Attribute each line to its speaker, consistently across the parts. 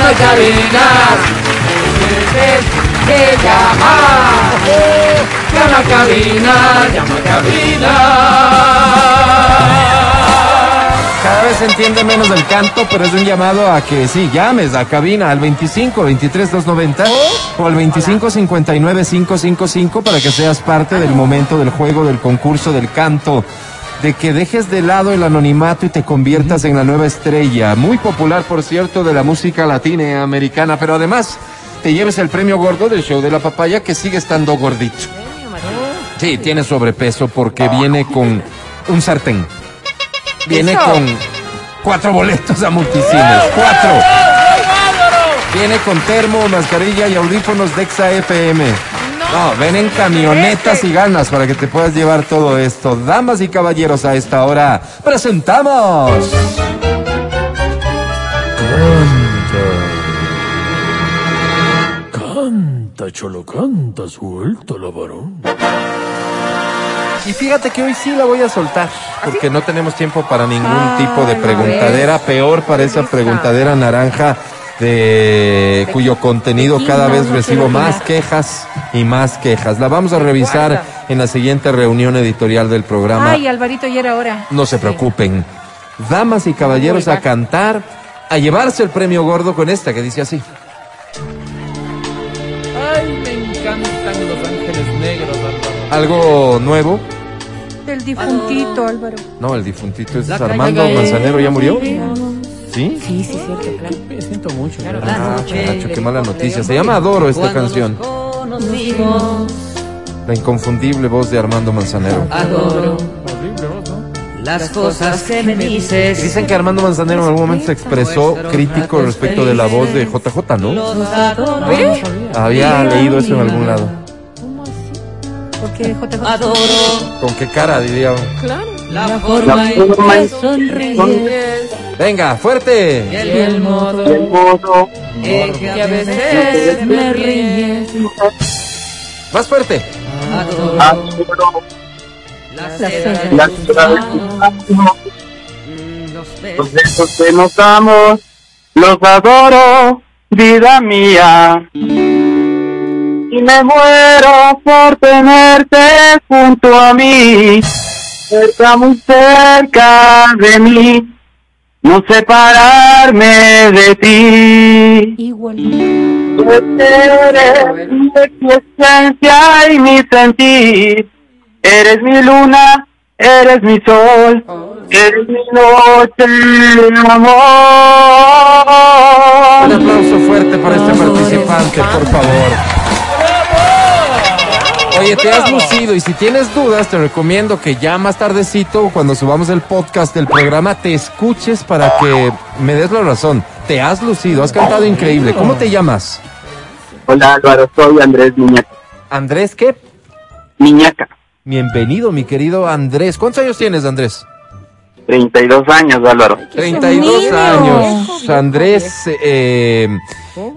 Speaker 1: no hay cabinas. que llamar. Llama a cabina, llama a cabina.
Speaker 2: Cada vez se entiende menos el canto, pero es un llamado a que sí, llames a cabina al 25 23 290 o al 25 59 555 para que seas parte del momento del juego, del concurso, del canto. De que dejes de lado el anonimato y te conviertas en la nueva estrella, muy popular por cierto de la música latina y americana, pero además te lleves el premio gordo del show de la papaya que sigue estando gordito. Sí, tiene sobrepeso porque viene con un sartén. Viene
Speaker 3: Eso.
Speaker 2: con cuatro boletos a multicines. Cuatro. Viene con termo, mascarilla y audífonos Dexa FM. No, ven en camionetas y ganas para que te puedas llevar todo esto. Damas y caballeros, a esta hora presentamos.
Speaker 4: Canta, cholo, canta, suelta la varón.
Speaker 2: Y fíjate que hoy sí la voy a soltar, porque no tenemos tiempo para ningún tipo de
Speaker 3: no
Speaker 2: preguntadera, peor para esa
Speaker 3: Lista.
Speaker 2: preguntadera naranja de cuyo contenido cada vez recibo más quejas y más quejas. La vamos a revisar en la siguiente reunión editorial del programa.
Speaker 3: Ay, Alvarito, ya era hora.
Speaker 2: No se
Speaker 3: Sí.
Speaker 2: preocupen. Damas y caballeros a
Speaker 3: Vulgar.
Speaker 2: cantar, a llevarse el premio gordo con esta que dice así.
Speaker 1: Ay, me encantan los ángeles negros, Álvaro.
Speaker 2: Algo nuevo.
Speaker 3: Del difuntito, Álvaro.
Speaker 2: No, el difuntito es
Speaker 1: La calle
Speaker 2: Armando
Speaker 1: Gael.
Speaker 2: Manzanero, ¿ya murió? ¿Sí?
Speaker 3: Sí, sí, cierto, claro.
Speaker 4: Me siento mucho. ¿verdad?
Speaker 2: Ah, chacho, qué mala noticia. Se llama Adoro esta canción.
Speaker 5: Conocimos,
Speaker 2: La inconfundible voz de Armando Manzanero.
Speaker 1: Ah,
Speaker 5: adoro
Speaker 4: Horrible voz, ¿no?
Speaker 5: las cosas que me
Speaker 2: Y
Speaker 5: dices.
Speaker 2: Dicen que Armando Manzanero en algún momento se expresó crítico respecto de la voz de JJ, ¿no?
Speaker 5: Los adoro,
Speaker 3: ¿Ve?
Speaker 2: Había leído eso en algún lado.
Speaker 3: Porque JJ.
Speaker 5: adoro
Speaker 2: ¿Con qué cara diría?
Speaker 5: la forma en que sonríes
Speaker 2: Venga,
Speaker 5: y
Speaker 2: fuerte.
Speaker 5: el modo en que a veces me ríes.
Speaker 2: Más fuerte.
Speaker 5: Adoro las sedas de tus manos, mm, los besos
Speaker 6: besos que nos damos, los adoro, vida mía. Y me muero por tenerte junto a mí, cerca, muy cerca de mí, no separarme de ti. Pues eres mi esencia y mi sentir. Eres mi luna, eres mi sol, eres mi noche, mi
Speaker 2: Un
Speaker 6: amor.
Speaker 2: aplauso fuerte para este participante, por favor. Oye, te has lucido y si tienes dudas, te recomiendo que ya más tardecito, cuando subamos el podcast del programa, te escuches para que me des la razón. Te has lucido, has cantado increíble. ¿Cómo te llamas?
Speaker 6: Hola Álvaro, soy Andrés Niñaca.
Speaker 2: Andrés, ¿qué?
Speaker 6: Niñaca,
Speaker 2: Bienvenido, mi querido Andrés. ¿Cuántos años tienes, Andrés?
Speaker 6: 32 años Álvaro.
Speaker 2: 32
Speaker 3: niño.
Speaker 2: años. Andrés, eh,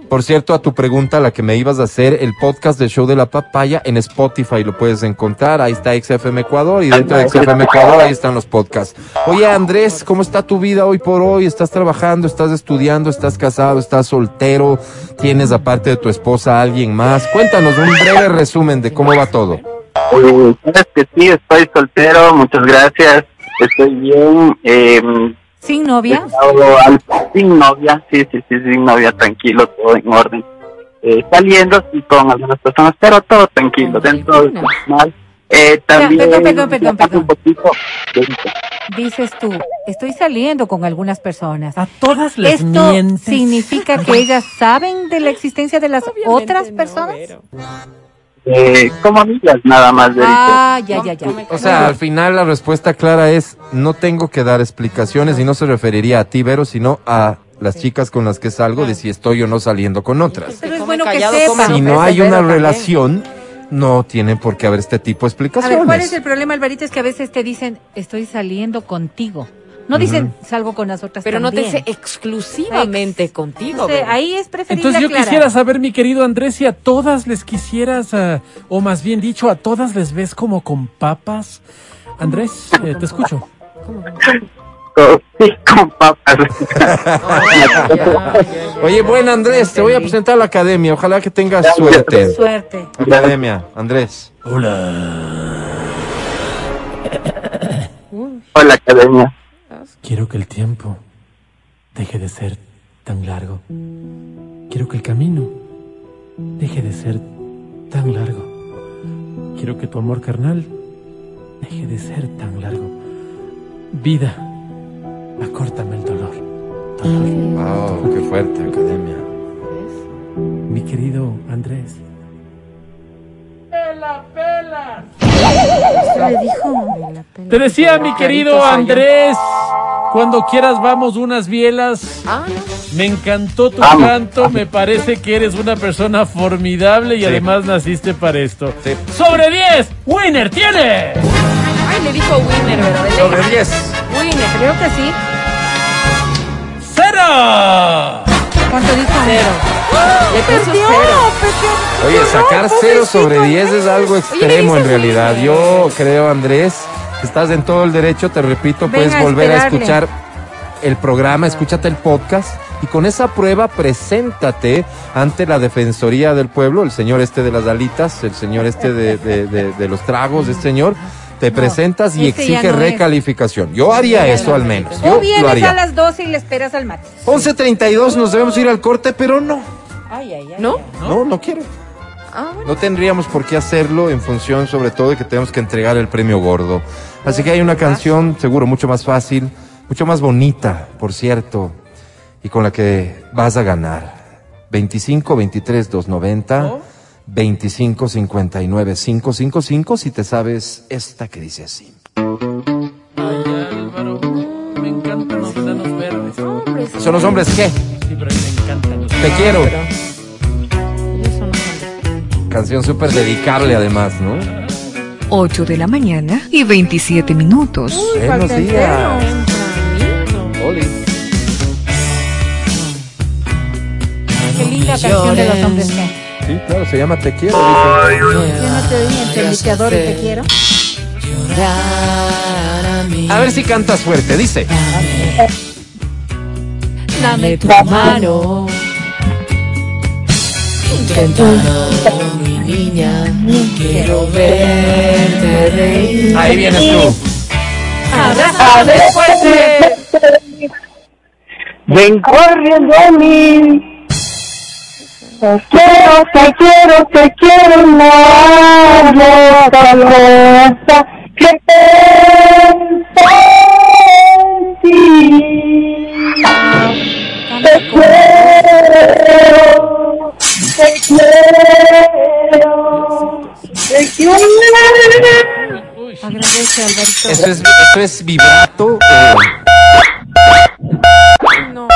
Speaker 2: por cierto, a tu pregunta, la que me ibas a hacer, el podcast del show de la papaya en Spotify lo puedes encontrar. Ahí está XFM Ecuador y dentro de XFM Ecuador ahí están los podcasts. Oye, Andrés, ¿cómo está tu vida hoy por hoy? ¿Estás trabajando? ¿Estás estudiando? ¿Estás casado? ¿Estás soltero? ¿Tienes aparte de tu esposa a alguien más? Cuéntanos un breve resumen de cómo va todo.
Speaker 6: Eh, Sabes que sí, estoy soltero, muchas gracias. Estoy bien, eh,
Speaker 3: Sin novia.
Speaker 6: Estado al- sin novia, sí, sí, sí, sin novia, tranquilo, todo en orden. Eh, saliendo sí, con algunas personas, pero todo tranquilo,
Speaker 3: Ay,
Speaker 6: dentro de
Speaker 3: bueno.
Speaker 6: lo normal. Eh, también
Speaker 3: perdón, perdón, perdón, perdón.
Speaker 6: un poquito de-
Speaker 3: Dices tú, estoy saliendo con algunas personas.
Speaker 4: A todas les
Speaker 3: ¿Esto
Speaker 4: mientes.
Speaker 3: significa que ellas saben de la existencia de las otras personas?
Speaker 6: eh, como amigas nada más de
Speaker 3: ah, ya, ya, ya.
Speaker 2: O sea, al final la respuesta clara es no tengo que dar explicaciones y no se referiría a ti, Vero, sino a las chicas con las que salgo de si estoy o no saliendo con otras.
Speaker 3: Pero es bueno que
Speaker 7: callado,
Speaker 3: sepa.
Speaker 7: come
Speaker 2: Si
Speaker 7: Bueno,
Speaker 2: no
Speaker 7: ese
Speaker 2: hay
Speaker 7: Vero
Speaker 2: una
Speaker 7: también.
Speaker 2: relación, no tiene por qué haber este tipo de
Speaker 3: A ver, ¿cuál es
Speaker 2: explicaciones.
Speaker 3: el problema, Alvarito? Es que a veces te dicen, estoy saliendo contigo. No dicen, salgo con las otras
Speaker 7: Pero no te
Speaker 3: también.
Speaker 7: dice exclusivamente contigo.
Speaker 3: No sé,
Speaker 7: Vero.
Speaker 3: ahí es preferible
Speaker 4: Entonces yo
Speaker 3: aclarar.
Speaker 4: quisiera saber, mi querido Andrés, si a todas les quisieras, ah, o más bien dicho, a todas les ves como con papas. Andrés, eh, te escucho.
Speaker 6: ti. con, sí, con papas.
Speaker 2: Oye, buen Andrés, te voy a presentar a la academia. Ojalá que tengas
Speaker 6: Gracias.
Speaker 2: suerte.
Speaker 3: Suerte.
Speaker 2: Academia, Andrés.
Speaker 6: Hola, academia.
Speaker 4: Quiero que el tiempo deje de ser tan largo. Quiero que el camino deje de ser tan largo. Quiero que tu amor carnal deje de ser tan largo. Vida, acórtame el dolor. Dolor.
Speaker 2: Wow, qué fuerte, academia.
Speaker 4: Mi querido Andrés,
Speaker 3: Eso le dijo.
Speaker 4: Te decía mi querido
Speaker 7: Carlitos Ayón.
Speaker 4: Andrés, cuando quieras vamos unas bielas.
Speaker 7: Ah, no.
Speaker 4: Me encantó tu
Speaker 6: Vamos.
Speaker 4: canto, me parece que eres una persona formidable y además naciste para esto.
Speaker 2: Sí.
Speaker 4: Sobre 10, winner tiene.
Speaker 7: Ay, le dijo Winner, ¿verdad?
Speaker 2: Sobre 10.
Speaker 7: Winner.
Speaker 3: Creo que sí.
Speaker 4: ¡Cero!
Speaker 3: ¿Cuánto dijo? Cero. pues,
Speaker 7: Le puso cero.
Speaker 2: Oye, sacar 0 sobre 10 es algo extremo en
Speaker 7: dices,
Speaker 2: realidad.
Speaker 7: Luis.
Speaker 2: Yo creo, Andrés, estás en todo el derecho, te repito,
Speaker 3: Venga
Speaker 2: puedes
Speaker 3: a
Speaker 2: volver a
Speaker 3: esperarle.
Speaker 2: escuchar el programa, escúchate el podcast y con esa prueba preséntate ante la Defensoría del Pueblo, el señor este de las alitas, el señor este de, de- de- de los tragos, este señor. Te
Speaker 3: No,
Speaker 2: presentas y
Speaker 3: este ya
Speaker 2: exige
Speaker 3: no es.
Speaker 2: recalificación. Yo haría
Speaker 7: ya
Speaker 2: eso
Speaker 7: no
Speaker 2: al
Speaker 7: es.
Speaker 2: menos.
Speaker 3: O
Speaker 2: Yo lo
Speaker 3: vienes a
Speaker 2: haría.
Speaker 3: las 12 y le esperas al mate.
Speaker 2: 11.32 nos debemos ir al corte, pero no.
Speaker 3: Ay, ay, ay.
Speaker 7: ¿No?
Speaker 2: No, no quiero.
Speaker 7: Ah, bueno.
Speaker 2: No tendríamos por qué hacerlo en función sobre todo de que tenemos que entregar el premio gordo. Así que hay una canción seguro mucho más fácil, mucho más bonita, por cierto, y con la que vas a ganar. 25 23
Speaker 7: Oh.
Speaker 2: 290 25 59 555 si te sabes esta que dice así.
Speaker 4: Ay, Álvaro, me encantan los enanos verdes.
Speaker 7: Hombre, sí.
Speaker 2: Son los hombres que
Speaker 4: Sí, pero a mí me encantan los
Speaker 2: te quiero.
Speaker 7: Ellos son los hombres.
Speaker 2: Canción súper dedicable además, ¿no?
Speaker 8: 8 de la mañana y 27 minutos.
Speaker 2: Buenos días. Oli.
Speaker 3: Qué linda canción de los hombres que.
Speaker 2: Sí, claro, se llama Te quiero. dice.
Speaker 3: Yo no te dije entre mi te adoro y te quiero.
Speaker 2: A ver si cantas fuerte, dice.
Speaker 7: Dame tu mano. Intentando, mi niña. Quiero verte reír.
Speaker 2: Ahí vienes tú.
Speaker 7: Abrázame fuerte.
Speaker 6: Ven corriendo a mí. Te quiero, te quiero, te quiero, no, no, cabeza, que pienso en ti. Te quiero, te quiero, te quiero.
Speaker 3: Agradece, Alberto.
Speaker 2: Esto es, esto es vibrato. eh,
Speaker 7: No.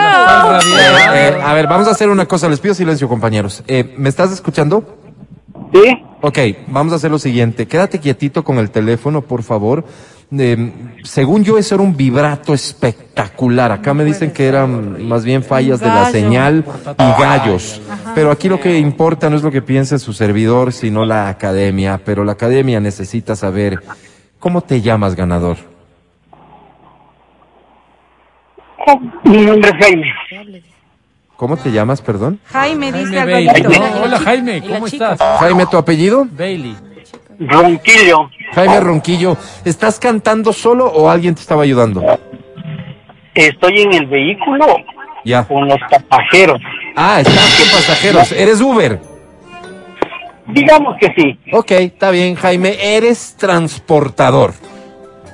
Speaker 2: eh, eh, a ver, vamos a hacer una cosa. Les pido silencio, compañeros. Eh, ¿Me estás escuchando?
Speaker 6: ¿Sí?
Speaker 2: Ok, vamos a hacer lo siguiente. Quédate quietito con el teléfono, por favor. Eh, según yo, eso era un vibrato espectacular. Acá me dicen que eran más bien fallas de la
Speaker 3: Gallo.
Speaker 2: señal y gallos. Pero aquí lo que importa no es lo que piense su servidor, sino la academia. Pero la academia necesita saber cómo te llamas ganador.
Speaker 6: Mi nombre es Jaime.
Speaker 2: ¿Cómo te llamas, perdón? eh,
Speaker 3: Jaime dice
Speaker 4: Jaime
Speaker 3: Alvarito.
Speaker 4: Bailey.
Speaker 7: Ay,
Speaker 4: Hola
Speaker 7: la
Speaker 4: Jaime,
Speaker 7: chica, y la
Speaker 4: ¿cómo
Speaker 7: chica.
Speaker 4: estás?
Speaker 2: Jaime, ¿tu apellido?
Speaker 4: Bailey.
Speaker 6: Ronquillo.
Speaker 2: Jaime Ronquillo, ¿estás cantando solo o alguien te estaba ayudando?
Speaker 6: Estoy en el vehículo
Speaker 2: Ya.
Speaker 6: con los pasajeros.
Speaker 2: Ah, estás con pasajeros. Eres Uber.
Speaker 6: Digamos que sí,
Speaker 2: Ok, está bien, Jaime. Eres transportador.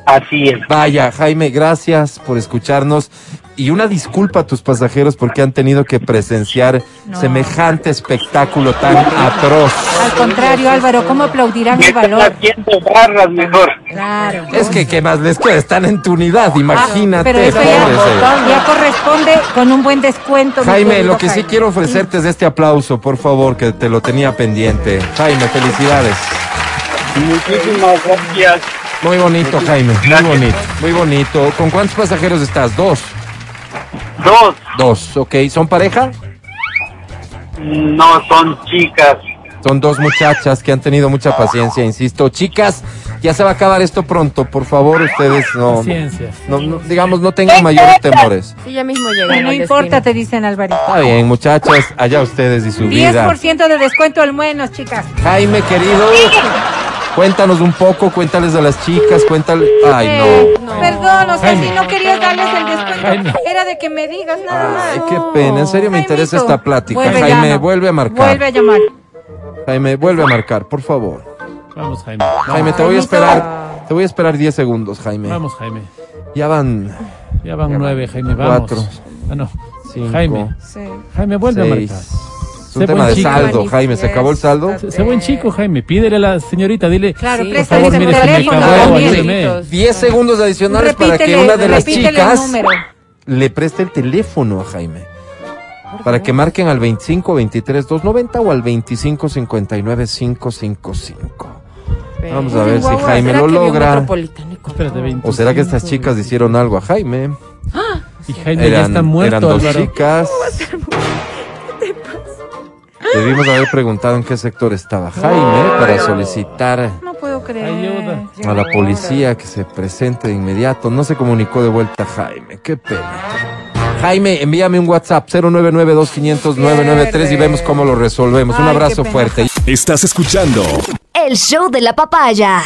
Speaker 6: así es.
Speaker 2: Vaya, Jaime, gracias por escucharnos. Y una disculpa a tus pasajeros porque han tenido que presenciar
Speaker 3: No.
Speaker 2: semejante espectáculo tan atroz.
Speaker 3: Al contrario, Álvaro, ¿cómo aplaudirán
Speaker 6: Me
Speaker 3: mi
Speaker 6: están
Speaker 3: valor?
Speaker 6: haciendo barras mejor.
Speaker 3: Claro.
Speaker 2: Es que, ¿qué más les queda? Están en tu unidad, imagínate.
Speaker 3: Ah, Pero eso
Speaker 2: pobres, eh.
Speaker 3: ya, ya corresponde con un buen descuento. mi
Speaker 2: Jaime,
Speaker 3: querido
Speaker 2: lo que sí
Speaker 3: Jaime.
Speaker 2: quiero ofrecerte es este aplauso, por favor, que te lo tenía pendiente. Jaime, felicidades.
Speaker 6: Muchísimas gracias.
Speaker 2: Muy bonito, Jaime. Muy
Speaker 6: Gracias.
Speaker 2: bonito. Muy bonito. ¿Con cuántos pasajeros estás? Dos.
Speaker 6: Dos,
Speaker 2: Dos, ok. ¿Son pareja?
Speaker 6: no son chicas.
Speaker 2: Son dos muchachas que han tenido mucha paciencia, insisto. Chicas, Ya se va a acabar esto pronto, por favor, ustedes no,
Speaker 4: Paciencia.
Speaker 2: no- no- digamos, no tengan mayores temores.
Speaker 9: Sí, ya mismo llega.
Speaker 3: Y No importa, te dicen Alvarito.
Speaker 2: Está bien, muchachas, allá ustedes y su vida.
Speaker 3: 10% de descuento al menos, chicas.
Speaker 2: Jaime, querido, cuéntanos un poco, cuéntales a las chicas, cuéntales... Ay, no.
Speaker 3: Perdón, o sea,
Speaker 4: Jaime.
Speaker 3: si no querías darles el descuento,
Speaker 4: Jaime.
Speaker 3: era de que me digas nada más.
Speaker 2: Ay, qué pena, en serio me interesa esta plática. Jaime,
Speaker 3: llama.
Speaker 2: vuelve a marcar.
Speaker 3: Vuelve a llamar.
Speaker 2: Jaime, vuelve a marcar, por favor.
Speaker 4: Vamos, Jaime.
Speaker 2: Jaime, te voy a esperar. Te voy a esperar 10 segundos, Jaime.
Speaker 4: Vamos, Jaime.
Speaker 2: Ya van
Speaker 4: Ya van
Speaker 2: Ya
Speaker 4: nueve,
Speaker 2: van
Speaker 4: Jaime. Vamos.
Speaker 2: cuatro.
Speaker 4: Ah, no.
Speaker 2: cinco,
Speaker 4: Jaime.
Speaker 9: Sí.
Speaker 4: Jaime, vuelve a
Speaker 2: seis.
Speaker 4: marcar.
Speaker 2: Es
Speaker 4: Sé
Speaker 2: un tema
Speaker 4: buen
Speaker 2: de
Speaker 4: chico.
Speaker 2: saldo, Jaime. ¿Se acabó el saldo?
Speaker 9: Sí.
Speaker 4: Sé buen chico, Jaime. Pídele a la señorita, dile.
Speaker 3: Claro,
Speaker 9: Sí,
Speaker 4: Por
Speaker 3: préstame
Speaker 4: favor,
Speaker 3: el
Speaker 4: mire, se me
Speaker 3: teléfono
Speaker 4: acabó,
Speaker 3: también.
Speaker 4: ayúdeme.
Speaker 2: 10 segundos adicionales para que
Speaker 3: Repítele,
Speaker 2: una de las
Speaker 3: repítele el
Speaker 2: chicas
Speaker 3: número.
Speaker 2: le preste el teléfono a Jaime. Para que marquen al 25 23 290 o al 25 59 555. Vamos a ver si
Speaker 9: Guagua,
Speaker 2: Jaime
Speaker 9: ¿será
Speaker 2: lo
Speaker 9: que vio
Speaker 2: logra?
Speaker 9: Metropolitano y compró?
Speaker 4: Espérate, 20.
Speaker 2: ¿O será que estas chicas hicieron algo a Jaime?
Speaker 4: Y Jaime ya
Speaker 2: Eran,
Speaker 4: está muerto,
Speaker 2: eran dos
Speaker 4: Álvaro.
Speaker 2: chicas. Debimos haber preguntado en qué sector estaba Jaime para solicitar
Speaker 3: No puedo creer.
Speaker 4: Ayuda.
Speaker 2: a la policía que se presente de inmediato. No se comunicó de vuelta Jaime. Qué pena. Jaime, envíame un WhatsApp 099-2500-993 y vemos cómo lo resolvemos. Un
Speaker 3: Ay, qué
Speaker 2: abrazo
Speaker 3: pena.
Speaker 2: fuerte.
Speaker 10: Estás escuchando
Speaker 11: El show de la papaya.